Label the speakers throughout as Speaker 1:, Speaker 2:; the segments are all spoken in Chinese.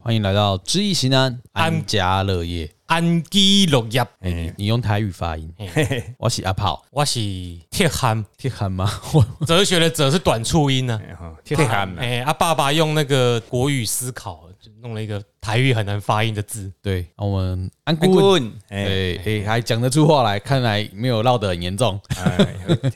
Speaker 1: 欢迎来到知易行难，
Speaker 2: 安
Speaker 1: 安家乐业。
Speaker 2: 安居乐业。
Speaker 1: 哎、你你用台语发音，我是阿炮，
Speaker 2: 我是铁 憨，
Speaker 1: 铁喊吗？我
Speaker 2: 哲学的哲是短促音呢、
Speaker 3: 哎
Speaker 2: 啊。
Speaker 3: 哈，铁汉呐，
Speaker 2: 哎，啊，爸爸用那个国语思考，就弄了一个台语很难发音的字。
Speaker 1: 对，啊我们安顾问，
Speaker 3: 滚，哎，
Speaker 1: 对，哎、还讲得出话来，看来没有闹得很严重。
Speaker 3: 哎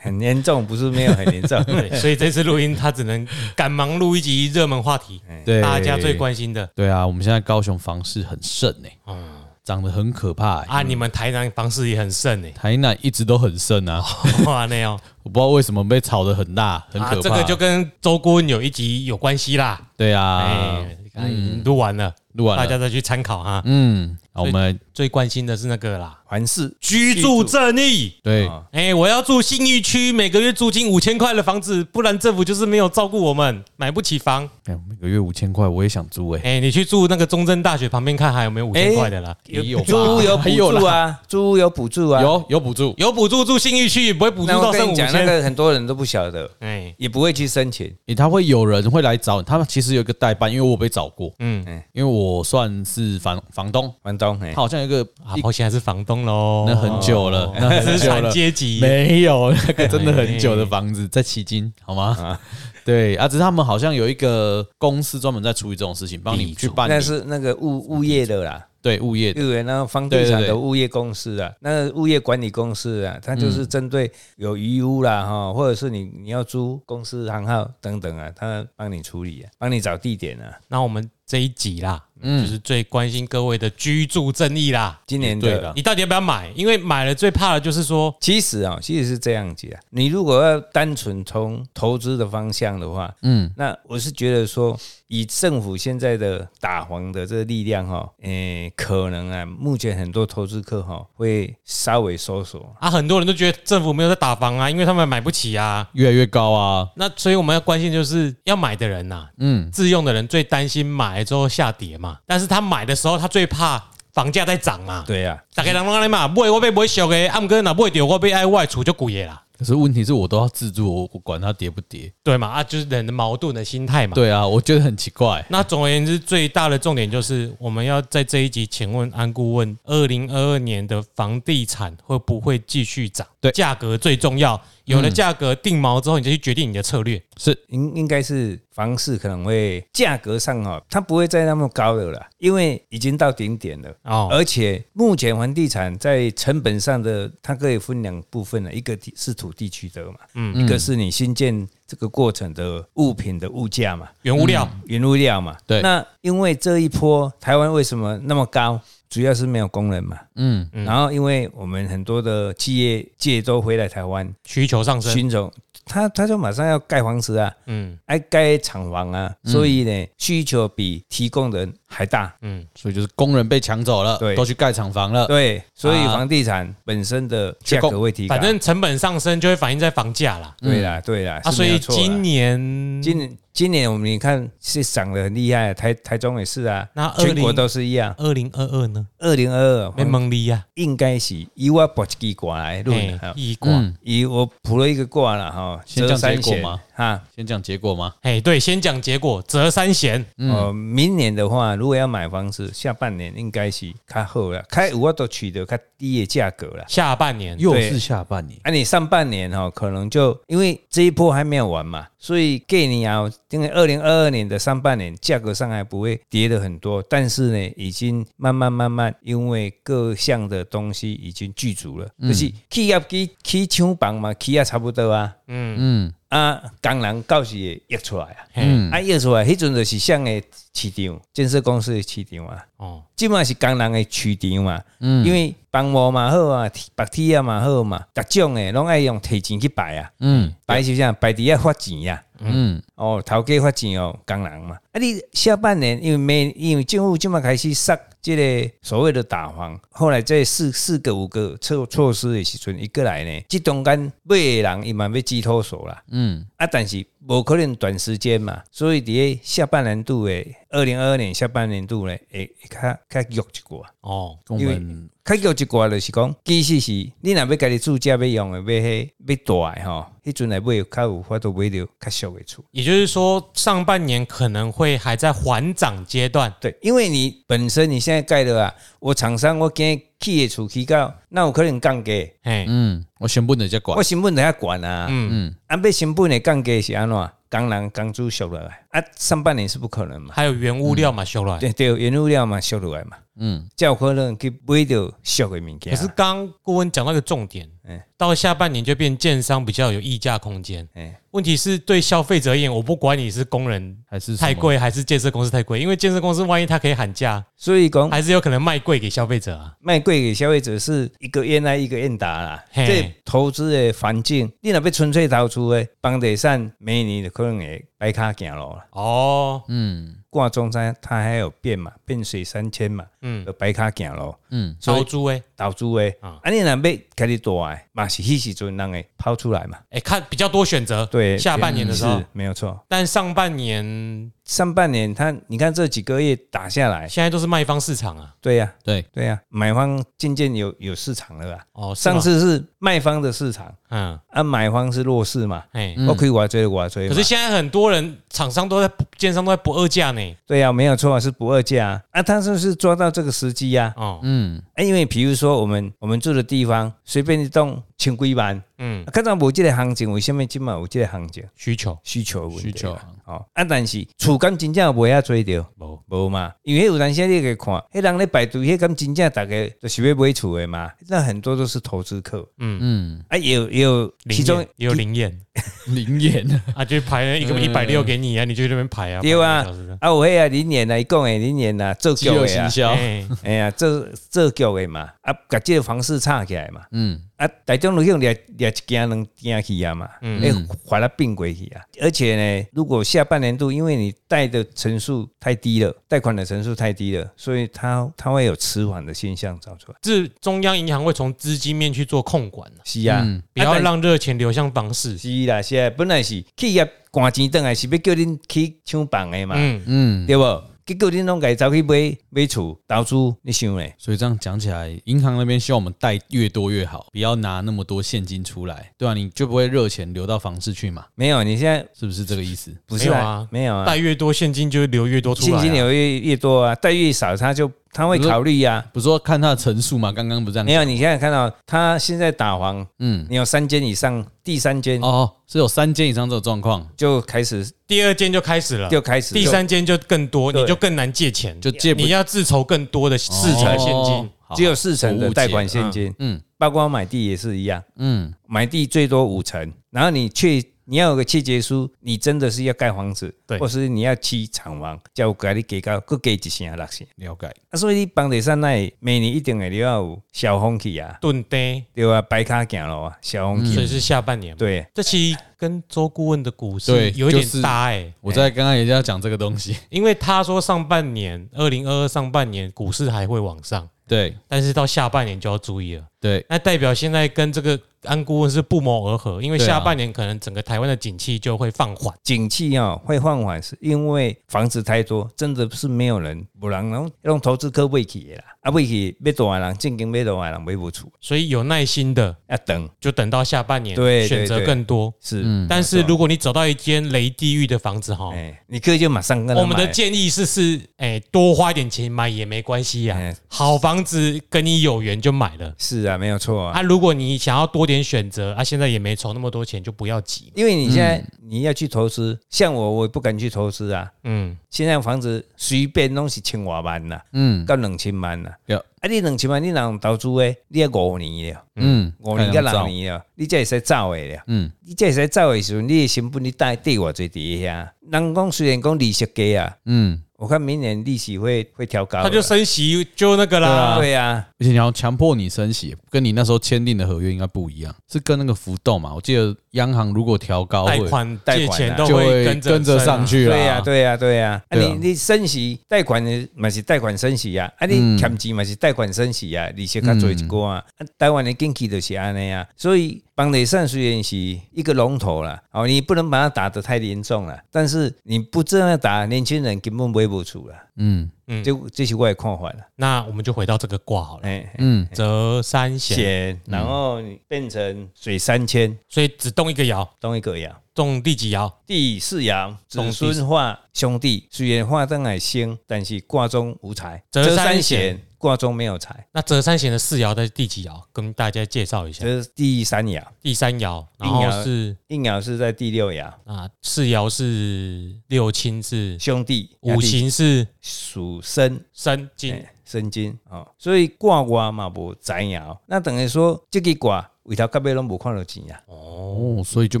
Speaker 3: 很严重，不是没有很严 重，
Speaker 2: 对，所以这次录音他只能赶忙录一集热门话题，
Speaker 1: 对，
Speaker 2: 大家最关心的
Speaker 1: 对啊，我们现在高雄房市很盛呢、
Speaker 2: 嗯
Speaker 1: 涨得很可怕、欸。
Speaker 2: 啊。你们台南房市也很 盛哎、
Speaker 1: 台南一直都很盛啊，
Speaker 2: 哇那样
Speaker 1: 我不知道为什么被炒得很大，很
Speaker 2: 哦啊，
Speaker 1: 可怕。
Speaker 2: 这个就跟周顾问有一集有关系啦。
Speaker 1: 对啊，
Speaker 2: 哎，录完了，
Speaker 1: 录完了
Speaker 2: 大家再去参考哈。
Speaker 1: 嗯，啊我们
Speaker 2: 最关心的是那个啦，
Speaker 3: 还是
Speaker 2: 居住正义。
Speaker 1: 对
Speaker 3: 啊
Speaker 2: 哎、我要住信义区，每个月租金五千块的房子，不然政府就是没有照顾我们，买不起房。
Speaker 1: 哎每个月五千块，我也想租哎、
Speaker 2: 哎、你去住那个中正大学旁边看还有没有五千块的啦？
Speaker 1: 也有吧
Speaker 3: 租屋有补
Speaker 1: 还有
Speaker 3: 助
Speaker 1: 啦，
Speaker 3: 啊，租屋有补助啊，。
Speaker 1: 有有补助，
Speaker 2: 有补助住信义区，也不会补助
Speaker 3: 那我
Speaker 2: 到
Speaker 3: 跟
Speaker 2: 剩
Speaker 3: 你
Speaker 2: 五
Speaker 3: 讲，那
Speaker 2: 千。
Speaker 3: 个很多人都不晓得，
Speaker 2: 哎，
Speaker 3: 也不会去申请。
Speaker 1: 诶、他会有人会来找你他们，其实有一个代办，因为我被找过，
Speaker 2: 嗯，
Speaker 1: 因为我算是房房东，
Speaker 3: 房东，哎哦
Speaker 1: 他，好像有一个
Speaker 2: 阿婆现在是房东喽，
Speaker 1: 那很久了，那
Speaker 2: 资
Speaker 1: 很久
Speaker 2: 产
Speaker 1: 了，
Speaker 2: 阶级。
Speaker 1: 没有那个真的很久的房子在迄今，好吗？对啊，只是他们好像有一个公司专门在处理这种事情，帮你去办理
Speaker 3: 那是那个物物业的啦，
Speaker 1: 对物业的
Speaker 3: 日本那个房地产
Speaker 1: 对对对
Speaker 3: 的物业公司啊，那个物业管理公司啊，它就是针对有余屋啦哈，或者是你你要租公司行号等等啊，它帮你处理啊，帮你找地点啊。
Speaker 2: 那我们这一集啦，
Speaker 1: 嗯
Speaker 2: 就是最关心各位的居住正义啦。
Speaker 3: 今年
Speaker 1: 对
Speaker 3: 的
Speaker 1: 啦
Speaker 2: 你到底要不要买？因为买了最怕的就是说，
Speaker 3: 其实啊、其实是这样子啊。你如果要单纯从投资的方向的话，
Speaker 1: 嗯
Speaker 3: 嗯，那我是觉得说，以政府现在的打黄的这个力量哈、哦，诶、可能啊，目前很多投资客哈、会稍微收缩。
Speaker 2: 啊，很多人都觉得政府没有在打房啊，因为他们买不起啊。
Speaker 1: 越来越高啊，
Speaker 2: 那所以我们要关心就是要买的人呐、
Speaker 1: 嗯，
Speaker 2: 自用的人最担心买了之后下跌嘛，但是他买的时候他最怕房价在涨嘛。
Speaker 3: 对啊呀、
Speaker 2: 大家人拢安尼嘛，买我被买俗的，啊毋过若买着我被爱我的厝就贵的啦，
Speaker 1: 可是问题是我都要自住，我我管它跌不跌？
Speaker 2: 对嘛？啊，就是人的矛盾的心态嘛。。
Speaker 1: 对啊，我觉得很奇怪。
Speaker 2: 那总而言之，最大的重点就是我们要在这一集，请问安顾问，二零二二年的房地产会不会继续涨？
Speaker 1: 对嗯
Speaker 2: 价格最重要。有了价格定锚之后，你再去决定你的策略。
Speaker 1: 是
Speaker 3: 应应该是房市可能会价格上哈、哦，它不会再那么高了啦，因为已经到顶点了。
Speaker 2: 哦，
Speaker 1: 呃
Speaker 3: 而且目前房地产在成本上的，它可以分两部分啊了，一个地是土地取得嘛，嗯，一个是你新建这个过程的物品的物价嘛，
Speaker 2: 原物料，
Speaker 1: 嗯
Speaker 3: 原物料嘛。
Speaker 1: 对
Speaker 3: 那因为这一波台湾为什么那么高，主要是没有工人嘛，
Speaker 1: 嗯，
Speaker 3: 然后因为我们很多的企业界都回来台湾
Speaker 2: 需求上升。
Speaker 3: 寻找，他他就马上要盖房子啊，
Speaker 2: 嗯
Speaker 3: 哎，盖厂房啊，所以呢，需求比提供人还大。
Speaker 2: 嗯，
Speaker 1: 所以就是工人被抢走了，
Speaker 3: 对
Speaker 1: 都去盖厂房了，
Speaker 3: 对，所以
Speaker 1: 啊
Speaker 3: 房地产本身的价格会提高。
Speaker 2: 反正成本上升就会反映在房价啦。
Speaker 3: 对啦，对啦，
Speaker 2: 啊，
Speaker 3: 哎是
Speaker 2: 所
Speaker 3: 没有
Speaker 2: 以
Speaker 3: 错啦
Speaker 2: 今年
Speaker 3: 今年今年我们你看是涨得很厉害，台台中也是啊，
Speaker 2: 那
Speaker 3: 全国
Speaker 2: 20
Speaker 3: 都是一样。
Speaker 2: 二零二二呢，
Speaker 3: 二零二
Speaker 2: 没
Speaker 3: 二
Speaker 2: 蒙利呀，
Speaker 3: 应该是以我卜一支卦来论
Speaker 2: 哎
Speaker 3: 哈，，
Speaker 2: 一卦，
Speaker 1: 嗯，
Speaker 3: 以我卜了一个卦了哈，
Speaker 1: 先讲
Speaker 3: 折三
Speaker 1: 结果
Speaker 3: 弦
Speaker 1: 吗
Speaker 3: 哈。
Speaker 1: 先讲结果吗？
Speaker 2: 哎，对，先讲结果，折三弦，
Speaker 3: 呃，明年的话，如果要买房子，下半年应该是较好了，开我都取得较低的价格了。
Speaker 2: 下半年
Speaker 1: 又
Speaker 3: 对
Speaker 1: 是下半年，
Speaker 3: 啊，你上半年哈、哦，可能就因为这一波还没有完嘛，所以给你啊，因为二零二二年的上半年价格上还不会跌的很多，但是呢，已经慢慢慢慢，因为各项的东西已经具足了，就是企业去去厂房嘛，企业差不多啊，
Speaker 1: 嗯，
Speaker 3: 啊，工人到时会溢出来啊，
Speaker 2: 嗯
Speaker 3: 啊溢出来，迄阵就是像的市场，建设公司的市场啊。
Speaker 2: 哦，
Speaker 3: 即嘛是工人的市场嘛，
Speaker 1: 嗯
Speaker 3: 因为房屋嘛好啊，白铁啊嘛好嘛，各种的拢爱用提钱去摆啊，
Speaker 1: 嗯
Speaker 3: 摆是啥？摆伫遐发钱呀、
Speaker 1: 嗯，
Speaker 3: 哦，头家发钱哦，工人嘛。啊，你下半年因为没因为政府即嘛开始杀即个所谓的打房，后来这四四个五个措措施的时阵，一个来呢，即中间买的人伊嘛要指脱手啦，
Speaker 1: 嗯，
Speaker 3: 啊，但是无可能短时间嘛，所以伫咧下半年度诶，二零二二年下半年度咧，会会较较弱一寡。
Speaker 2: 哦，
Speaker 1: 嗯跟我
Speaker 3: 因为
Speaker 1: 们
Speaker 3: 开叫一寡就是讲，其实是你若要家己住家要用的，要迄要大的吼，迄阵来买较有法度买到较俗的厝。
Speaker 2: 也就是说，上半年可能会还在缓涨阶段，
Speaker 3: 对，因为你本身你现在盖的啊，我厂商我今起的厝起到，那有可能降价，
Speaker 2: 嘿，
Speaker 1: 嗯，我先不能再管
Speaker 3: 我，成本就要管啊。
Speaker 2: 嗯，
Speaker 3: 啊，要成本的降价是安怎？工人工资俗落来啊，上半年是不可能嘛。
Speaker 2: 还有原物料嘛，修了。
Speaker 3: 对对，原物料嘛，俗落来嘛，
Speaker 1: 嗯，
Speaker 3: 才有可能去买到俗的物件。
Speaker 2: 可是刚刚顾问讲到一个重点
Speaker 3: 嗯，
Speaker 2: 到下半年就变建商比较有溢价空间。
Speaker 3: 哎，
Speaker 2: 问题是对消费者而言，我不管你是工人
Speaker 1: 还是什么
Speaker 2: 太，贵还是建设公司太贵，因为建设公司万一他可以喊价，
Speaker 3: 所以讲
Speaker 2: 还是有可能卖贵给消费者啊。
Speaker 3: 卖贵给消费者是一个愿挨一个愿打啦。
Speaker 2: 嘿
Speaker 3: 这投资的环境，你若要纯粹投资的房地产，每年就可能会白卡行路啦。
Speaker 2: 哦，
Speaker 1: 嗯
Speaker 3: 挂中山它还有变嘛，变水三千嘛，
Speaker 2: 嗯，
Speaker 3: 就白卡行路。
Speaker 1: 嗯，
Speaker 3: 所以
Speaker 2: 招租诶，
Speaker 3: 投资的，
Speaker 2: 啊
Speaker 3: 啊，你若要家己大的，嘛是迄时阵人会抛出来嘛。
Speaker 2: 哎，看比较多选择。
Speaker 3: 对嗯
Speaker 2: 下半年的时候
Speaker 3: 是，没有错。
Speaker 2: 但上半年
Speaker 3: 上半年它，你看这几个月打下来，
Speaker 2: 现在都是卖方市场啊。
Speaker 3: 对呀、
Speaker 1: 对，
Speaker 3: 对呀、买方渐渐有有市场了啦。
Speaker 2: 哦，是吗
Speaker 3: 上，次是卖方的市场，
Speaker 2: 嗯，
Speaker 3: 啊，买方是弱势嘛，
Speaker 2: 哎，
Speaker 1: 嗯
Speaker 3: 我哦可以我追我追。
Speaker 2: 可是现在很多人厂商都在不建商都在不二价呢。
Speaker 3: 对呀、没有错，是不二价啊。啊，他就是抓到这个时机呀、
Speaker 2: 哦，
Speaker 1: 嗯
Speaker 3: 啊，因为比如说我们我们住的地方，随便一栋千几万，
Speaker 2: 嗯
Speaker 3: 啊，，看到无这个行情，为什么今嘛有这个行情？
Speaker 2: 需求
Speaker 3: 需求的问题
Speaker 1: 需求
Speaker 3: 啦哦，啊，但是厝敢真正无遐追着，
Speaker 2: 无，
Speaker 3: 无嘛，因为有当时你去看，迄人咧排队，迄敢真正逐个就是要买厝的嘛，那很多都是投资客
Speaker 2: 嗯，
Speaker 1: 嗯，
Speaker 3: 啊，也有也有
Speaker 2: 灵
Speaker 3: 其中
Speaker 2: 验也有灵 验
Speaker 1: 灵验，
Speaker 2: 啊，就排了一个
Speaker 1: 嗯
Speaker 2: 一百六给你啊，你就去那边排啊，
Speaker 3: 对啊
Speaker 2: 排一个小时
Speaker 3: 啊，我迄啊林年啊，伊讲的林年啊，做
Speaker 1: 肌
Speaker 3: 局
Speaker 1: 肉
Speaker 3: 的
Speaker 1: 行
Speaker 3: 啊，
Speaker 1: 销，
Speaker 2: 哎
Speaker 3: 哎呀，做做局的嘛，啊，甲即个房市炒起来嘛，
Speaker 1: 嗯
Speaker 3: 啊，台中路用掠掠一件两件去啊嘛，
Speaker 2: 嗯
Speaker 3: 哎，划了并过去啊。而且呢，如果下半年度因为你贷的层数太低了，贷款的层数太低了，所以它它会有迟缓的现象找出来。
Speaker 2: 是中央银行会从资金面去做控管啊，
Speaker 3: 是啊，
Speaker 1: 嗯
Speaker 2: 不要让热钱流向房市。
Speaker 3: 是啦，是啊，本来是企业赶钱转来是要叫恁去抢房的嘛，
Speaker 2: 嗯，
Speaker 1: 嗯，
Speaker 3: 对不？结果恁拢家己走去买买厝投资，你想咧？
Speaker 1: 所以这样讲起来，银行那边希望我们贷越多越好，不要拿那么多现金出来，对啊，你就不会热钱流到房市去嘛，
Speaker 3: 没有，你现在
Speaker 1: 是不是这个意思？
Speaker 3: 不是啊，没有啊
Speaker 2: 贷，越多现金就流越多出
Speaker 3: 现
Speaker 2: 来
Speaker 3: 金
Speaker 2: 啊。
Speaker 3: 流越越多啊，贷越少，他就他会
Speaker 1: 不是
Speaker 3: 考虑呀、啊。
Speaker 1: 不是说看它的层数嘛，刚刚
Speaker 2: 嗯
Speaker 1: 不是这样
Speaker 3: 没
Speaker 1: 讲，
Speaker 3: 有，你现在看到他现在打黄，
Speaker 1: 嗯，
Speaker 3: 你有三间以上，第三间
Speaker 1: 哦，是有三间以上这种状况，
Speaker 3: 就开始
Speaker 2: 第二间就开始了，
Speaker 3: 就开
Speaker 2: 啊
Speaker 3: 始
Speaker 2: 第三间就更多，
Speaker 3: 对
Speaker 2: 你就更难借钱，
Speaker 1: 就借不
Speaker 2: 你要自筹更多的市场现金
Speaker 1: 哦。，好
Speaker 3: 只有四成的贷款现，
Speaker 1: 我误
Speaker 3: 金
Speaker 1: 解，嗯
Speaker 3: 包括买地也是一样，
Speaker 1: 嗯
Speaker 3: 买地最多五成，然后你去你要有个契结书，你真的是要盖房子，
Speaker 2: 对
Speaker 3: 或是你要起厂房，才有给你给到，各给一成六成。
Speaker 1: 了解，
Speaker 3: 啊，所以你房地产那每年一定会要有小风气啊，
Speaker 2: 顿呆，
Speaker 3: 对吧？白卡行路啊，小风气，
Speaker 2: 所以是下半年嘛。
Speaker 3: 对，啊
Speaker 2: 这期跟周顾问的股市
Speaker 1: 对
Speaker 2: 有一
Speaker 1: 就是
Speaker 2: 点搭哎、
Speaker 1: 我在刚刚也要讲这个东 西，
Speaker 2: 因为他说上半年二零二二上半年股市还会往上，
Speaker 1: 对
Speaker 2: 但是到下半年就要注意了。
Speaker 1: 对，
Speaker 2: 那代表现在跟这个安顾问是不谋而合，因为
Speaker 1: 对啊
Speaker 2: 下半年可能整个台湾的景气就会放缓。
Speaker 3: 景气啊、会放缓，是因为房子太多，真的是没有人，无人拢用投资客买起的啦，啊买起要大的人，正经要大的人买不出，
Speaker 2: 所以有耐心的
Speaker 3: 要等
Speaker 2: 就等到下半年
Speaker 3: 对对
Speaker 2: 选择
Speaker 3: 对
Speaker 2: 更多。
Speaker 3: 是，
Speaker 1: 嗯
Speaker 2: 但是如果你找到一间雷地狱的房子哈，
Speaker 3: 哎，你可以就马上跟
Speaker 2: 哦
Speaker 3: 他
Speaker 2: 我们的
Speaker 3: 买
Speaker 2: 建议是是，哎、多花一点钱买也没关系呀、啊
Speaker 3: 哎
Speaker 2: 好房子跟你有缘就买了。
Speaker 3: 是啊，没有错啊，
Speaker 2: 啊，如果你想要多点选择，啊，现在也没筹那么多钱，就不要急。
Speaker 3: 因为你现在你要去投资，像我我也不敢去投资啊，
Speaker 2: 嗯，
Speaker 3: 现在房子随便拢是千外万啦，
Speaker 1: 嗯
Speaker 3: 到两千万啦，
Speaker 1: 对
Speaker 3: 啊你两千万你若用投资的，你要五年了，
Speaker 1: 嗯，
Speaker 3: 五年
Speaker 1: 太
Speaker 3: 到
Speaker 1: 阳
Speaker 3: 六
Speaker 1: 照，
Speaker 3: 年了，你才会使走的了。
Speaker 1: 嗯
Speaker 3: 你这使走的时候，你的成本你带对偌济伫遐。人讲虽然讲利息低啊，
Speaker 1: 嗯，
Speaker 3: 我看明年利息会会调高了。
Speaker 2: 他就升息就那个啦。
Speaker 3: 对啊，
Speaker 1: 而且你要强迫你升息，跟你那时候签订的合约应该不一样，是跟那个浮动嘛，我记得央行如果调高
Speaker 2: 贷
Speaker 1: 会
Speaker 2: 款
Speaker 3: 贷
Speaker 2: 借
Speaker 3: 款啊
Speaker 2: 钱都
Speaker 1: 就
Speaker 2: 会
Speaker 1: 会
Speaker 2: 跟着
Speaker 1: 跟着
Speaker 2: 升啊
Speaker 1: 上。去
Speaker 3: 对
Speaker 1: 啦，
Speaker 3: 啊，对啊，对啊。啊
Speaker 1: 对啊
Speaker 3: 你你升息贷款的嘛是贷款升息啊，啊你
Speaker 1: 嗯
Speaker 3: 欠钱嘛是贷款升息啊，利息较侪一寡啊。啊台湾的经济就是安尼啊，所以房地产虽然是一个龙头啦，哦，你不能把它打得太严重了，但是你不这样打，年轻人根本买不出啦。
Speaker 1: 嗯
Speaker 3: 嗯，这这是我的看法了。
Speaker 2: 那我们就回到这个卦好了，
Speaker 3: 哎，
Speaker 1: 嗯，
Speaker 2: 泽山咸，
Speaker 3: 险，然后你变成水三千，
Speaker 2: 所以只动一个爻，
Speaker 3: 东一个爻。
Speaker 2: 动第几爻？
Speaker 3: 第四爻，
Speaker 2: 从
Speaker 3: 子孙化兄弟，虽然化登来星，但是卦中无财。
Speaker 2: 折
Speaker 3: 折
Speaker 2: 三
Speaker 3: 三
Speaker 2: 弦
Speaker 3: 弦，卦中没有财，
Speaker 2: 那泽山咸的四爻在第几爻？跟大家介绍一下。
Speaker 3: 这是第三爻。
Speaker 2: 第三爻，
Speaker 3: 第
Speaker 2: 然
Speaker 3: 一
Speaker 2: 后
Speaker 3: 爻
Speaker 2: 是
Speaker 3: 应爻是在第六爻，
Speaker 2: 啊，四爻是六亲是
Speaker 3: 兄弟
Speaker 2: 五行是
Speaker 3: 属申，
Speaker 2: 申金
Speaker 3: 哎，申金哦，所以卦卦嘛无财爻，那等于说这个卦为头到尾拢无看到钱呀，
Speaker 2: 哦，
Speaker 1: 哦，所以就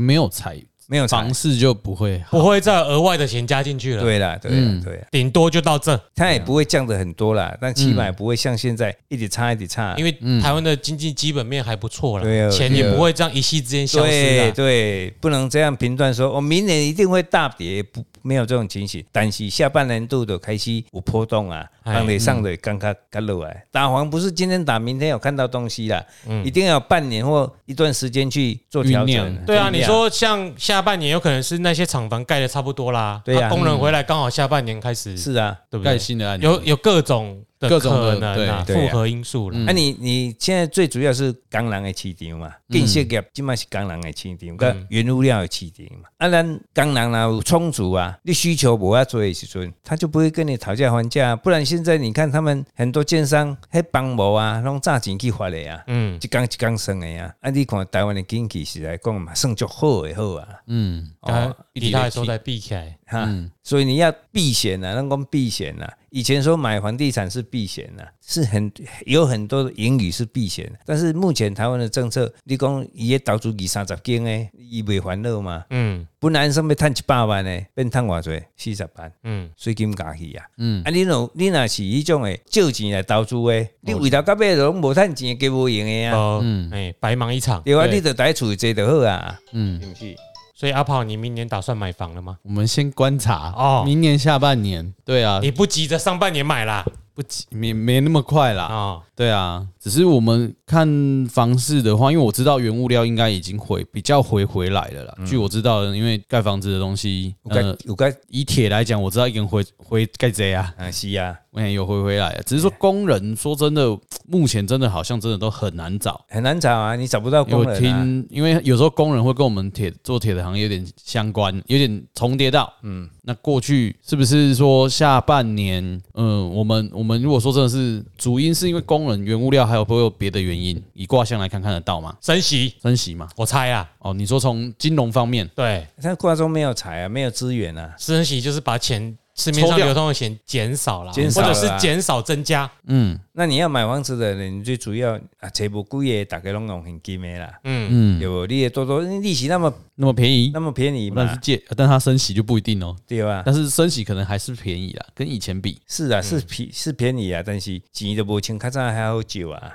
Speaker 1: 没有财，
Speaker 3: 没有财
Speaker 1: 房。市就不会好。
Speaker 2: 不会再额外的钱加进去了，，
Speaker 3: 对啊啦，对啦
Speaker 1: 嗯，
Speaker 3: 对啦，
Speaker 2: 顶多就到这，
Speaker 3: 它也不会降的很多啦，但起码也不会像现在一直差一直差。
Speaker 2: 因为台湾的经济基本面还不错
Speaker 3: 嗯对
Speaker 2: 啦，
Speaker 3: 啊
Speaker 2: 钱也不会这样一夕之间消失
Speaker 3: 对
Speaker 2: 啦。
Speaker 3: 对，不能这样评断说，我、哦、明年一定会大跌，不没有这种情形。但是下半年度的开始有波动啊，
Speaker 2: 哎
Speaker 3: 让你上的刚刚刚落来。打黄不是今天打，明天有看到东西啦，
Speaker 2: 嗯
Speaker 3: 一定要有半年或一段时间去做调
Speaker 1: 酝
Speaker 3: 整
Speaker 1: 酿。
Speaker 2: 对啊，
Speaker 3: 酝酿
Speaker 2: 你说像下半年有可能是那些厂房盖的差不多啦，
Speaker 3: 对啊
Speaker 2: 工人回来刚好下半年开始，
Speaker 3: 是啊，
Speaker 2: 对不
Speaker 1: 盖
Speaker 2: 对？
Speaker 1: 新的案
Speaker 2: 有有各种的
Speaker 1: 各种
Speaker 2: 可
Speaker 1: 的
Speaker 2: 能啊，
Speaker 3: 对对
Speaker 2: 复
Speaker 3: 啊
Speaker 2: 合因素
Speaker 3: 那、
Speaker 2: 啦。哎
Speaker 3: 你你现在最主要是港人的市场嘛，建设业即嘛是港人的市场，跟原物料的市场嘛。啊，咱港人啊有充足啊，你需求无啊做的时阵，他就不会跟你讨价还价、啊。不然现在你看他们很多建商还帮无啊，拢炸钱去发的啊，
Speaker 2: 嗯，
Speaker 3: 一工一工算的啊。啊，你看台湾的经济是来讲嘛，算足好的好啊。
Speaker 1: 嗯，
Speaker 2: 它比它的收
Speaker 1: 一
Speaker 2: 在避起来，
Speaker 3: 哈，
Speaker 1: 嗯
Speaker 3: 所以你要避险啊，那讲避险啊。以前说买房地产是避险啊，是很有很多的英语是避险的，但是目前台湾的政策，你讲伊也投资二三十间诶，伊袂烦恼嘛。
Speaker 2: 嗯
Speaker 3: 本来上要趁一百万呢，变趁偌济四十万，
Speaker 2: 嗯，
Speaker 3: 税金加去啊。嗯，啊你若你若是迄种诶借钱来投资诶，你为头到尾就拢无趁钱，皆无用诶啊。
Speaker 2: 呃，哎，白忙一场。
Speaker 3: 对啊，
Speaker 1: 哦对
Speaker 3: 你就待厝坐就好啊。
Speaker 1: 嗯，
Speaker 3: 是不是？
Speaker 2: 所以阿炮，你明年打算买房了吗？
Speaker 1: 我们先观察
Speaker 2: 哦
Speaker 1: 哦，明年下半年，对啊，
Speaker 2: 你不急着上半年买啦？
Speaker 1: 不急没没那么快啦，
Speaker 2: 啊，
Speaker 1: 对啊，只是我们看房市的话，因为我知道原物料应该已经回比较回回来了啦。据我知道的，因为盖房子的东西，
Speaker 3: 有该
Speaker 1: 呃，
Speaker 3: 有该
Speaker 1: 以铁来讲，我知道已经回回盖贼啊，
Speaker 3: 啊是啊，
Speaker 1: 我也有回回来了。只是说工人，说真的，目前真的好像真的都很难找。
Speaker 3: 很难找啊，你找不到
Speaker 1: 因为
Speaker 3: 工
Speaker 1: 我
Speaker 3: 人啊。
Speaker 1: 听，因为有时候工人会跟我们铁做铁的行业有点相关，有点重叠到。嗯，那过去是不是说下半年，嗯，我们我们如果说真的是主因是因为工人、原物料，还有会有别的原因，以卦象来看看得到吗？
Speaker 2: 升息，
Speaker 1: 升息嘛？
Speaker 2: 我猜啊，
Speaker 1: 哦，你说从金融方面，
Speaker 2: 对，
Speaker 3: 他挂钟没有财啊，没有资源啊，
Speaker 2: 升息就是把钱市面上
Speaker 1: 抽掉
Speaker 2: 流通的钱减少啦，
Speaker 3: 减少
Speaker 2: 或
Speaker 3: 啦
Speaker 2: 者是减少增加。
Speaker 1: 嗯
Speaker 3: 那你要买房子的人，你最主要啊，这部贵业大概拢用现金的啦，
Speaker 2: 嗯，
Speaker 1: 嗯，
Speaker 3: 对不？你也多多因为利息那么
Speaker 1: 那么便宜
Speaker 3: 那，么便宜
Speaker 1: 但是
Speaker 3: 嘛，
Speaker 1: 借，但它升息就不一定哦。
Speaker 3: 对吧？
Speaker 1: 但是升息可能还是便宜啦，跟以前比，
Speaker 3: 是啊，是便是便宜啊，但是钱都无像较早还好借啊，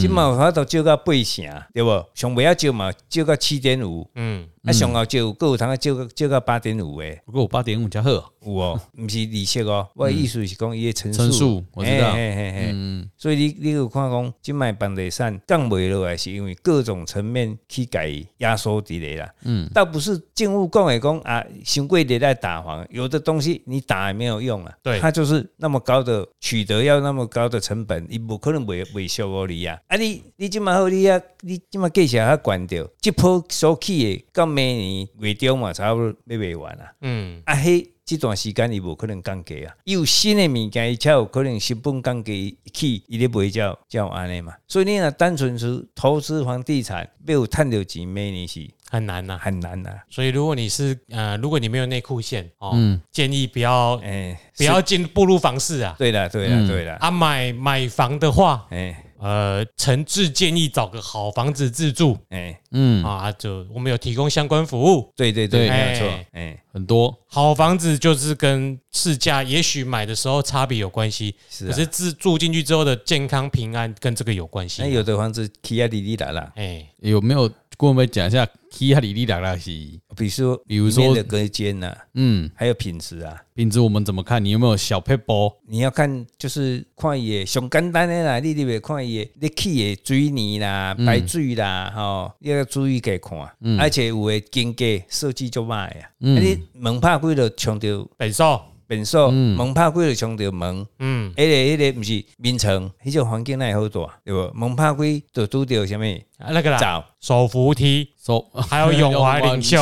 Speaker 3: 今嘛有法度借到八成，对不？上不要借嘛，借到七点五，
Speaker 2: 嗯，
Speaker 3: 啊上后借有够有通啊，借到借到八点五诶，
Speaker 1: 不过我八点五加二，
Speaker 3: 有哦，毋是利息哦，我的意思是讲伊诶层
Speaker 1: 乘数嗯我知道
Speaker 3: 嘿嘿嘿嘿
Speaker 1: 嗯，
Speaker 3: 所以你你有看讲，即卖房地产降袂落来，是因为各种层面去改压缩之类啦。嗯，倒不是政府讲的讲啊，新贵的在打房，有的东西你打也没有用啊。
Speaker 2: 对
Speaker 3: 它就是那么高的取得要那么高的成本，你不可能袂袂收我你啊。啊你你即卖好你啊，你即卖价钱还悬着，即波所起的到明年月中嘛，差不多要卖完啊。
Speaker 2: 嗯，
Speaker 3: 啊迄即段时间伊无可能降价啊，伊有新的物件，伊才有可能成本降价去，伊咧卖才有才有安尼嘛。所以你若单纯是投资房地产，要有趁着钱，每年是
Speaker 2: 很难呐。
Speaker 3: 很难啊。
Speaker 2: 所以如果你是呃，如果你没有内裤线哦，
Speaker 1: 嗯
Speaker 2: 建议不要
Speaker 3: 诶、
Speaker 2: 不要进步入房市啊。
Speaker 3: 哎对啦，对啦，
Speaker 1: 嗯
Speaker 3: 对啦，哎
Speaker 2: 啊，买买房的话，
Speaker 3: 诶、
Speaker 2: 呃，诚挚建议找个好房子自住
Speaker 3: 诶、
Speaker 1: 嗯，
Speaker 2: 啊，就我们有提供相关服务。
Speaker 3: 哎对对对，
Speaker 1: 对
Speaker 3: 没有错，
Speaker 2: 哎
Speaker 3: 诶、
Speaker 1: 很多，
Speaker 2: 好房子就是跟市价，也许买的时候差别有关系，
Speaker 3: 是
Speaker 2: 可
Speaker 3: 啊。
Speaker 2: 是自住进去之后的健康平安跟这个有关系。
Speaker 3: 那有的房子起啊哩哩啦啦，
Speaker 2: 哎，
Speaker 1: 有没有跟我们讲一下 k i 里里达拉西？
Speaker 3: 比如说
Speaker 1: 比如说
Speaker 3: 里面的隔间呐、啊，
Speaker 1: 嗯，
Speaker 3: 还有品质啊，
Speaker 1: 品质我们怎么看？你有没有小 p a p e
Speaker 3: 你要看就是看伊的上简单的啦，你你袂看伊的，你起的水泥啦、排水啦，吼、你要注意给看、而且有的间隔设计就歹啊，啊你门拍开就冲着
Speaker 2: 本寿
Speaker 3: 民宿，门拍开就冲着门，
Speaker 2: 嗯，
Speaker 3: 迄个迄个毋是眠床，迄种环境哪会好住啊对无？门拍开就拄着什物
Speaker 2: 啊那个啦，
Speaker 3: 走，
Speaker 2: 手扶 梯
Speaker 1: 手
Speaker 2: 还有永华领袖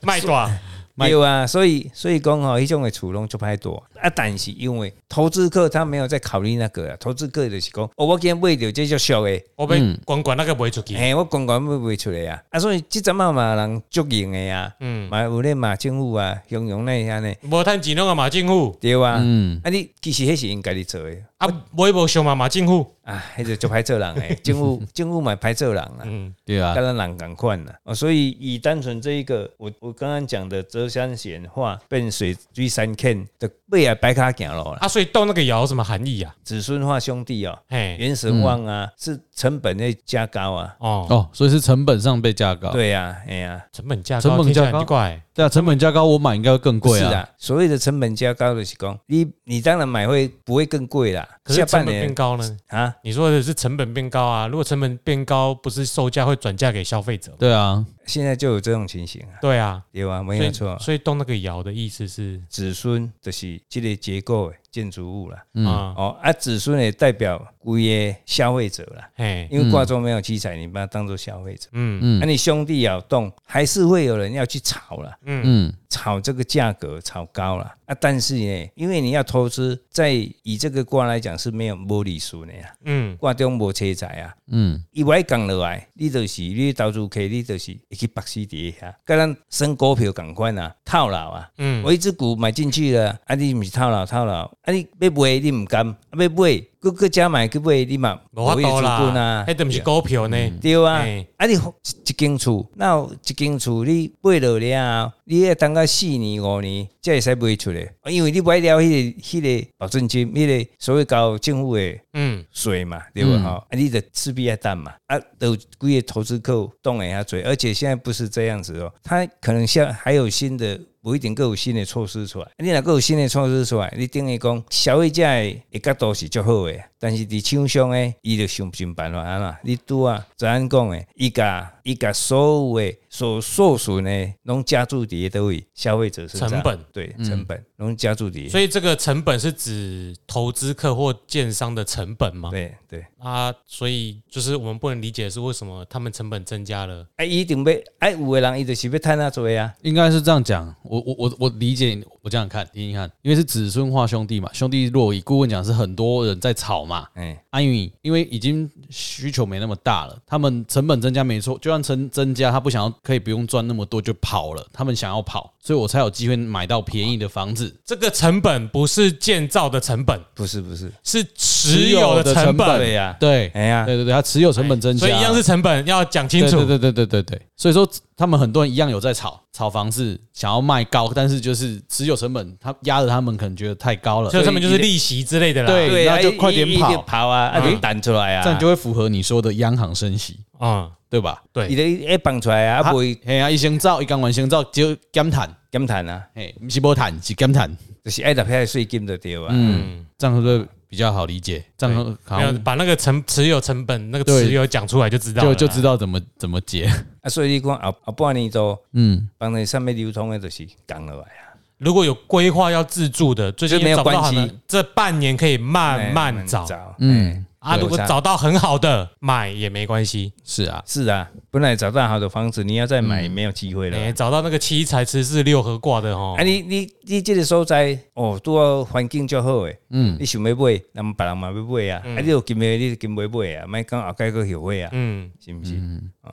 Speaker 2: 卖爪，
Speaker 1: 卖
Speaker 3: 对啊，所以所以讲吼，迄种的厝拢就歹住啊，但是因为投资客他没有在考虑那个啊，投资客就是讲，哦，我今天买着这只俗的。
Speaker 2: 我被管管那个卖出去，
Speaker 3: 嘿，我公公要卖出来啊，啊，所以即阵啊嘛有人足用的啊，
Speaker 2: 嗯，
Speaker 3: 嘛有咧骂政府啊，形容那安尼，
Speaker 2: 无趁钱弄个马政府，
Speaker 3: 对啊，
Speaker 1: 嗯，
Speaker 3: 啊你其实迄是因家己做的
Speaker 2: 啊，买无上嘛马政府，
Speaker 3: 啊，迄就足歹做人 诶，政府政府嘛歹做人啊。
Speaker 2: 嗯，
Speaker 1: 对啊
Speaker 3: 跟，咱人共款啦，哦，所以以单纯这一个，我我刚刚讲的折山显化变水追山坑的背啊白卡行路啦，
Speaker 2: 啊，所以动那个爻什么含义啊？
Speaker 3: 子孙化兄弟哦，
Speaker 2: 嘿，
Speaker 3: 原神旺啊，是成本会加高啊，
Speaker 2: 哦，
Speaker 1: 哦，所以是成本上被加高。
Speaker 3: 对呀、啊，哎呀、
Speaker 2: 成本价
Speaker 1: 成
Speaker 2: 高，
Speaker 1: 本
Speaker 2: 听起
Speaker 1: 价
Speaker 2: 来
Speaker 1: 高
Speaker 2: 很奇怪，
Speaker 1: 对啊，成本加高，我买应该会更
Speaker 3: 不
Speaker 1: 贵
Speaker 3: 是
Speaker 1: 啊。
Speaker 3: 啊，所谓的成本加高的是讲，你你当然买会不会更贵啦？
Speaker 2: 可是
Speaker 3: 下
Speaker 2: 成
Speaker 3: 半
Speaker 2: 本变
Speaker 3: 年
Speaker 2: 高呢？
Speaker 3: 啊，
Speaker 2: 你说的是成本变高啊？如果成本变高，不是售价会转嫁给消费者吗？
Speaker 1: 对啊，
Speaker 3: 现在就有这种情形啊，
Speaker 2: 对啊，
Speaker 3: 对吧、没
Speaker 2: 所
Speaker 3: 有
Speaker 2: 以
Speaker 3: 错，
Speaker 2: 所以动那个爻的意思是
Speaker 3: 子孙就是这个结构的建筑物啦，
Speaker 1: 嗯，
Speaker 2: 啊，
Speaker 3: 哦，啊，子孙也代表规个消费者啦。
Speaker 2: 嘿，
Speaker 3: 因为挂钟没有七彩，你把它当做消费者。
Speaker 2: 嗯
Speaker 1: 嗯
Speaker 3: 那、你兄弟要动，还是会有人要去炒了，
Speaker 2: 嗯
Speaker 1: 嗯
Speaker 3: 炒这个价格炒高了啊。但是呢，因为你要投资，在以这个卦来讲是没有玻璃数的呀，
Speaker 2: 嗯，
Speaker 3: 挂中无车财啊。
Speaker 1: 嗯，
Speaker 3: 伊外讲落来，你就是你投资客，你就是会去白死底下，跟咱升股票同款啊，套牢啊。
Speaker 2: 嗯
Speaker 3: 我一只股买进去了，啊，你毋是套牢套牢，啊，你要卖你毋甘，啊，要买，搁搁加买去买，你嘛
Speaker 2: 无法
Speaker 3: 没有
Speaker 2: 度
Speaker 3: 资本啊
Speaker 2: 啦，迄都毋是股票呢，
Speaker 3: 对啊
Speaker 2: 嘿，
Speaker 3: 啊你一一间厝，那有一间厝你买落了后，你要等到四年五年才会使卖出来，因为你买了迄、个迄、个保证金，迄、个所谓交政府的
Speaker 2: 嗯
Speaker 3: 税嘛，对吧？吼、啊你的势必要等嘛，啊，都规个投资客动啊了下嘴，而且现在不是这样子哦，他可能像还有新的。不一定各有新的措施出来，啊你若各有新的措施出来，你等于讲消费者的角度是足好的，但是伫厂商诶，伊就想尽办法啊啦。你拄啊，昨咱讲诶，伊甲伊甲所有诶所受损诶，拢加注伫倒位消费者身上，
Speaker 2: 成本嗯
Speaker 3: 对成本拢加注伫，
Speaker 2: 所以这个成本是指投资客或建商的成本吗？
Speaker 3: 对对。
Speaker 2: 啊，所以就是我们不能理解的是为什么他们成本增加了，
Speaker 3: 啊，伊一定要啊，有诶人伊就是要趁啊做啊，
Speaker 1: 应该是这样讲。我我我我理解你，我这样看，听听看，因为是子孙化兄弟嘛，兄弟若以顾问讲是很多人在炒嘛，
Speaker 3: 哎，
Speaker 1: 啊，因为因为已经需求没那么大了，他们成本增加没错，就算成增加，他不想要可以不用赚那么多就跑了，他们想要跑，所以我才有机会买到便宜的房子。
Speaker 2: 这个成本不是建造的成本，
Speaker 3: 不是不是，
Speaker 2: 是持有的
Speaker 1: 持有的
Speaker 2: 成
Speaker 1: 成本
Speaker 2: 本。
Speaker 3: 对呀，
Speaker 1: 对，
Speaker 3: 哎呀，
Speaker 1: 对对对，它持有成本增加，
Speaker 2: 所以一样是成本，要讲清楚。
Speaker 1: 对对对对对对对，所以说他们很多人一样有在炒炒房子，想要卖高，但是就是持有成本，他压着他们可能觉得太高了
Speaker 2: 所，以成本就是利息之类的啦。
Speaker 1: 对啊
Speaker 3: 啊
Speaker 1: 然后就快点
Speaker 3: 伊伊
Speaker 1: 跑
Speaker 3: 伊就跑啊，啊，
Speaker 2: 嗯
Speaker 3: 就弹出来啊，
Speaker 1: 这样就会符合你说的央行升息，
Speaker 2: 嗯，
Speaker 1: 对吧？
Speaker 2: 对，
Speaker 3: 伊就一放出来啊，啊，袂
Speaker 1: 嘿啊，一先造一刚完先造就减碳，
Speaker 3: 减碳啊，
Speaker 1: 嘿，不是波碳是减碳，
Speaker 3: 就是爱搭配税金就对啊，
Speaker 1: 嗯，这样会不会比较好理解？这样好
Speaker 2: 没有
Speaker 1: 像
Speaker 2: 把那个成持有成本那个
Speaker 1: 对
Speaker 2: 持有讲出来就知道
Speaker 1: 就
Speaker 2: 了，
Speaker 1: 就知道怎么怎么解，
Speaker 3: 啊，所以你讲后后半年都
Speaker 1: 嗯，
Speaker 3: 房地上面流通的就是降落来啊，
Speaker 2: 如果有规划要自住的，最近
Speaker 3: 就没有
Speaker 2: 找不到
Speaker 3: 关
Speaker 2: 好
Speaker 3: 系
Speaker 2: 的，这半年可以慢
Speaker 3: 哎慢
Speaker 2: 慢找
Speaker 1: 啊嗯
Speaker 3: 嗯
Speaker 2: 啊。
Speaker 3: 对
Speaker 2: 如果
Speaker 3: 我知道
Speaker 2: 找到很好的买也没关系，
Speaker 1: 是啊，
Speaker 3: 是啊，本来找到好的房子，你要再买没有机
Speaker 1: 嗯
Speaker 3: 会了
Speaker 2: 哎，。找到那个七财十四六合卦的哦
Speaker 3: 啊，，你你你这个所在哦，拄好环境较好诶，
Speaker 1: 嗯
Speaker 3: 你想要买，那么别人嘛要买啊，啊，你有金买，你就金买买啊，莫讲后盖个后悔啊，
Speaker 2: 嗯，
Speaker 3: 是不是？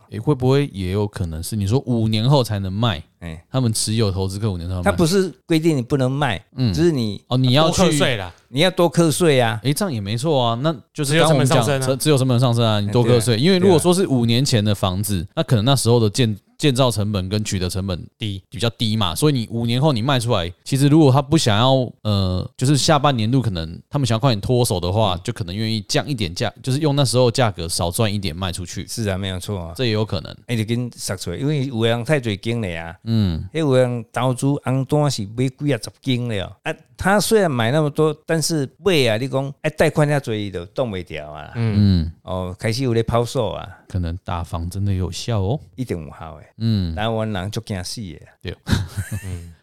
Speaker 1: 诶会不会也有可能是你说五年后才能卖？
Speaker 3: 哎，
Speaker 1: 他们持有投资客五年后才能卖，
Speaker 3: 它不是规定你不能卖，只是你
Speaker 1: 哦，你要
Speaker 2: 多课
Speaker 1: 去
Speaker 2: 税啦，
Speaker 3: 你要多课税啊。
Speaker 1: 诶，这样也没错啊，那就是
Speaker 2: 只有
Speaker 1: 刚刚我们
Speaker 2: 成
Speaker 1: 讲
Speaker 2: 本上升啊
Speaker 1: 成只有成本上升啊，你多课税，因为如果说是五年前的房子，那可能那时候的建建造成本跟取得成本
Speaker 2: 低，
Speaker 1: 比较低嘛，所以你五年后你卖出来，其实如果他不想要呃，就是下半年度可能他们想要快点脱手的话，就可能愿意降一点价，就是用那时候价格少赚一点卖出去，
Speaker 3: 是啊，没有错啊。
Speaker 1: 这也有可能。
Speaker 3: 哎，就跟杀出来，因为有的人太侪经了啊，
Speaker 1: 嗯，
Speaker 3: 迄有的人投资红单是买几啊十斤了，啊，他虽然买那么多，但是尾啊，你讲哎贷款遐侪，伊就冻袂掉啊。
Speaker 1: 嗯，
Speaker 3: 哦，开始有咧抛售啊，
Speaker 1: 可能打房真的有效哦。
Speaker 3: 一定有效诶。
Speaker 1: 嗯，
Speaker 3: 台湾人足惊死诶。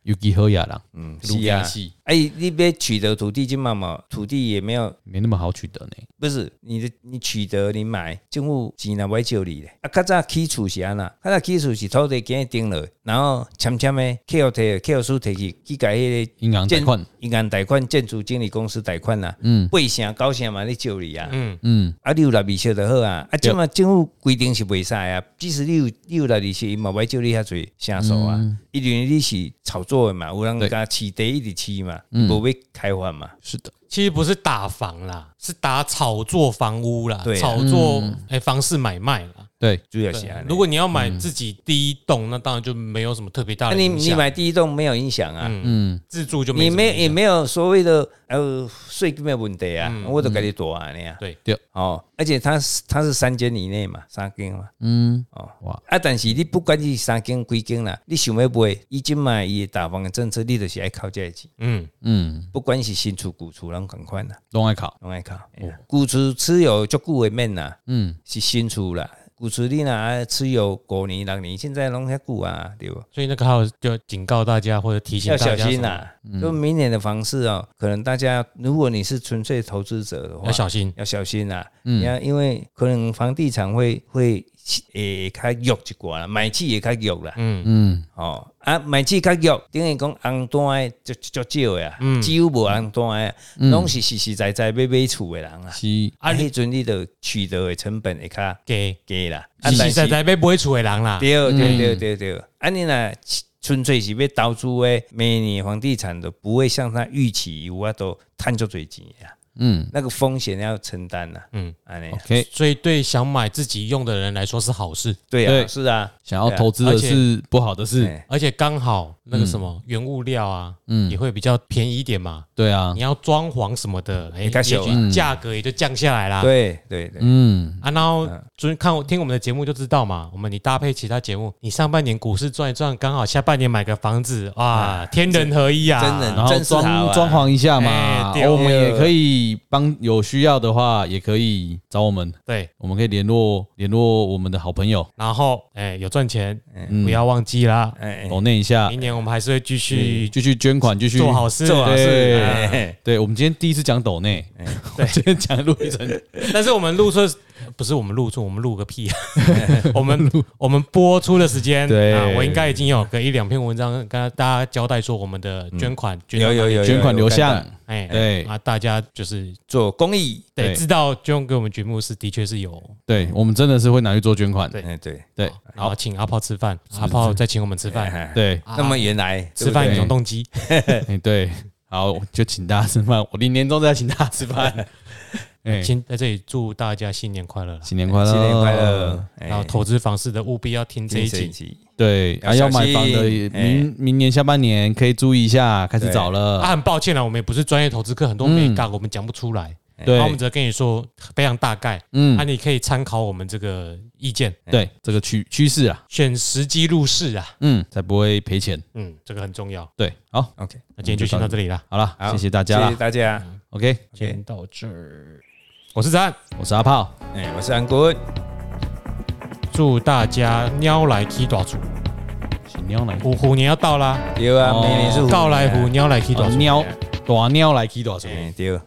Speaker 1: 有机好亚郎，
Speaker 3: 嗯，
Speaker 1: 路
Speaker 3: 是
Speaker 1: 亚
Speaker 3: 啊。
Speaker 1: 系
Speaker 3: 哎，你别取得土地金嘛嘛，土地也没有，
Speaker 1: 没那么好取得呢。
Speaker 3: 不是你的你取得你买，政府钱若买借你咧。啊，较早起厝是安那，较早起厝是土地给伊定落，然后签签诶，客户摕客户书摕去去甲迄个
Speaker 1: 银行贷款，
Speaker 3: 银行贷款建筑经理公司贷款啊，
Speaker 1: 嗯
Speaker 3: 八成九成嘛咧借你啊。
Speaker 2: 嗯，
Speaker 1: 嗯，
Speaker 3: 啊，你有六利息就好啊！啊，
Speaker 1: 对
Speaker 3: 即嘛政府规定是袂使啊，即使你有你有六利息，伊嘛袂照你遐侪下手啊，因为你是炒作的嘛，有人
Speaker 1: 嗯对
Speaker 3: 甲饲地一直饲嘛，
Speaker 1: 嗯
Speaker 3: 无要开发嘛，
Speaker 1: 是的，
Speaker 2: 其实不是打房啦，是打炒作房屋啦，
Speaker 3: 对啊啊
Speaker 2: 炒作哎房市买卖啦。
Speaker 1: 对，
Speaker 3: 主要是
Speaker 2: 对
Speaker 3: 安尼。
Speaker 2: 如果你要买自己第一栋，那当然就没有什么特别大
Speaker 3: 啊
Speaker 2: 的
Speaker 3: 你
Speaker 2: 影
Speaker 3: 你
Speaker 2: 响。
Speaker 3: 买第一栋没有影响啊，
Speaker 2: 嗯，
Speaker 1: 嗯，
Speaker 2: 自住就没
Speaker 3: 你
Speaker 2: 什么
Speaker 3: 没也
Speaker 2: 影响
Speaker 3: 没有所谓的呃税金的问题啊，我都给你多安尼啊。
Speaker 2: 嗯对
Speaker 1: 对
Speaker 3: 哦，而且它是它是三间以内嘛，三间嘛。
Speaker 1: 嗯，
Speaker 3: 哦，
Speaker 1: 哇
Speaker 3: 哇！啊，但是你不管是三间几间啦，你想要买，伊即卖伊的打房的政策，你就是爱靠这个钱，
Speaker 2: 嗯
Speaker 1: 嗯，
Speaker 3: 不管是新厝旧厝，拢共款啦。
Speaker 1: 拢爱考，
Speaker 3: 拢爱靠。哎旧厝持有足久的面啦，
Speaker 1: 哦嗯，
Speaker 3: 是新厝啦。旧厝你若持有五年六年，现在拢遐久啊，对不？
Speaker 2: 所以那个还有就警告大家或者提醒
Speaker 3: 要
Speaker 2: 大家
Speaker 3: 小心啊
Speaker 2: 什么嗯
Speaker 3: 啦！就明年的房市哦，可能大家如果你是纯粹投资者的话，
Speaker 2: 要小心。嗯
Speaker 3: 要小心啦。你看，因为可能房地产会会诶较弱一寡啦，买气也较弱啦。
Speaker 2: 嗯，
Speaker 1: 嗯，
Speaker 3: 哦，啊，买气较弱，等于讲红单的足足足少的啊，
Speaker 2: 嗯
Speaker 3: 几乎无红单的，啊
Speaker 1: 嗯
Speaker 3: 拢是实实在在要买厝的人啊。
Speaker 1: 是，
Speaker 3: 啊，迄阵你的取得的成本会较
Speaker 2: 给
Speaker 3: 低啦。啊，
Speaker 2: 实实
Speaker 3: 但
Speaker 2: 在
Speaker 3: 是
Speaker 2: 在被不会出的人啦。
Speaker 3: 对对对对对，啊，你若纯粹是要投资的，每年房地产都不会像他预期有法度赚足侪钱啊，
Speaker 1: 嗯
Speaker 3: 那个风险要承担呐。
Speaker 2: 嗯
Speaker 3: 嗯，安尼啊
Speaker 1: ，OK，
Speaker 2: 所以对想买自己用的人来说是好事，
Speaker 3: 对
Speaker 1: 对
Speaker 3: 啊，是啊，
Speaker 1: 想要投资的是不好的事，
Speaker 3: 哎
Speaker 2: 而且刚好那个什
Speaker 3: 嗯
Speaker 2: 么原物料啊，
Speaker 1: 嗯
Speaker 2: 也会比较便宜一点嘛。
Speaker 1: 对啊
Speaker 2: 你，要装潢什么的，哎，
Speaker 3: 嗯也
Speaker 2: 也
Speaker 3: 较俗啊
Speaker 2: 许价格也就降下来啦。
Speaker 3: 对对对，
Speaker 1: 嗯，
Speaker 2: 啊，然后昨天看我听我们的节目就知道嘛，我们你搭配其他节目，你上半年股市赚一赚，刚好下半年买个房子，哇，天人合一啊！
Speaker 3: 嗯真人
Speaker 1: 然后
Speaker 3: 真是
Speaker 1: 装
Speaker 3: 好啊
Speaker 1: 装潢一下嘛，
Speaker 2: 哎对哦
Speaker 1: 我们也可以帮有需要的话，也可以找我们，
Speaker 2: 对，
Speaker 1: 我们可以联络联络我们的好朋友，
Speaker 2: 然后哎，有赚钱
Speaker 1: 嗯
Speaker 2: 不要忘记啦，
Speaker 3: 哎，
Speaker 1: 抖念一下
Speaker 2: 明，年我们还是会继
Speaker 3: 嗯
Speaker 2: 续
Speaker 1: 继续捐款，继续
Speaker 2: 做好事，
Speaker 3: 做好事
Speaker 1: 对
Speaker 3: 哎，哎
Speaker 1: 对，我们今天第一次讲抖内， 对，今天讲陆一 晨，
Speaker 2: 但是我们录出不是我们录出，我们录个屁！啊我们我们播出的时间，
Speaker 1: 对
Speaker 2: 啊，我应该已经有个一两篇文章跟大家交代说我们的捐款，捐到
Speaker 3: 有有有
Speaker 1: 捐款流，
Speaker 3: 有有
Speaker 1: 向
Speaker 3: 看到，
Speaker 2: 哎，
Speaker 1: 对
Speaker 2: 啊，大家就是
Speaker 3: 做公益，
Speaker 2: 得
Speaker 1: 对
Speaker 2: 知道捐给我们节目是的确是有，
Speaker 1: 对我们真的是会拿去做捐款，
Speaker 2: 对
Speaker 3: 哎对
Speaker 1: 对
Speaker 2: 然后请阿炮吃饭，阿炮再请我们吃饭，
Speaker 3: 哎，
Speaker 1: 对，
Speaker 2: 啊
Speaker 3: 那么原来
Speaker 2: 吃饭有
Speaker 3: 对不对
Speaker 2: 永动机，
Speaker 1: 哎对，好，就请大家吃饭，我领年终再请大家吃 饭，哎，
Speaker 2: 先在这里祝大家新年快乐啦。
Speaker 1: 新年快乐，
Speaker 3: 新年快乐，哎
Speaker 2: 然后投资房市的务必要听这一集，
Speaker 3: 集。
Speaker 1: 对，
Speaker 3: 要
Speaker 1: 啊，要
Speaker 3: 小
Speaker 1: 买
Speaker 3: 心哎
Speaker 1: 房的也明明年下半年可以注意一下，开始
Speaker 3: 对
Speaker 1: 找
Speaker 2: 啊，
Speaker 1: 了。
Speaker 2: 很抱歉啦，我们也不是专业投资客，很多美感我们讲不出来，
Speaker 1: 对
Speaker 2: 那我，们只能跟你说非常大概，
Speaker 1: 嗯
Speaker 3: 哎
Speaker 2: 啊，，你可以参考我们这个意见，
Speaker 1: 对，这个趋趋势啊，
Speaker 2: 选时机入市啊，
Speaker 1: 嗯，才不会赔钱。
Speaker 2: 嗯，这个很重要。
Speaker 1: 对，好，
Speaker 3: OK，
Speaker 2: 那今天就先到这里啦，
Speaker 1: 好了，
Speaker 3: 好
Speaker 1: 谢谢大家
Speaker 3: 谢谢
Speaker 1: 啦。
Speaker 3: 大家。
Speaker 1: OK，
Speaker 2: 今天到这儿，我是子安，
Speaker 1: 我是阿炮，
Speaker 3: 哎，我是安国恩，
Speaker 2: 祝大家喵来 K 大主，
Speaker 1: 新娘来，
Speaker 2: 虎虎年要到啦，
Speaker 3: 对啊，
Speaker 1: 哦
Speaker 2: 嗯
Speaker 3: 明年是虎年啊
Speaker 2: 告来虎，，喵来 K 大
Speaker 1: 哦
Speaker 2: 主。
Speaker 1: 鸟大鸟来起大水。
Speaker 3: 哎，对。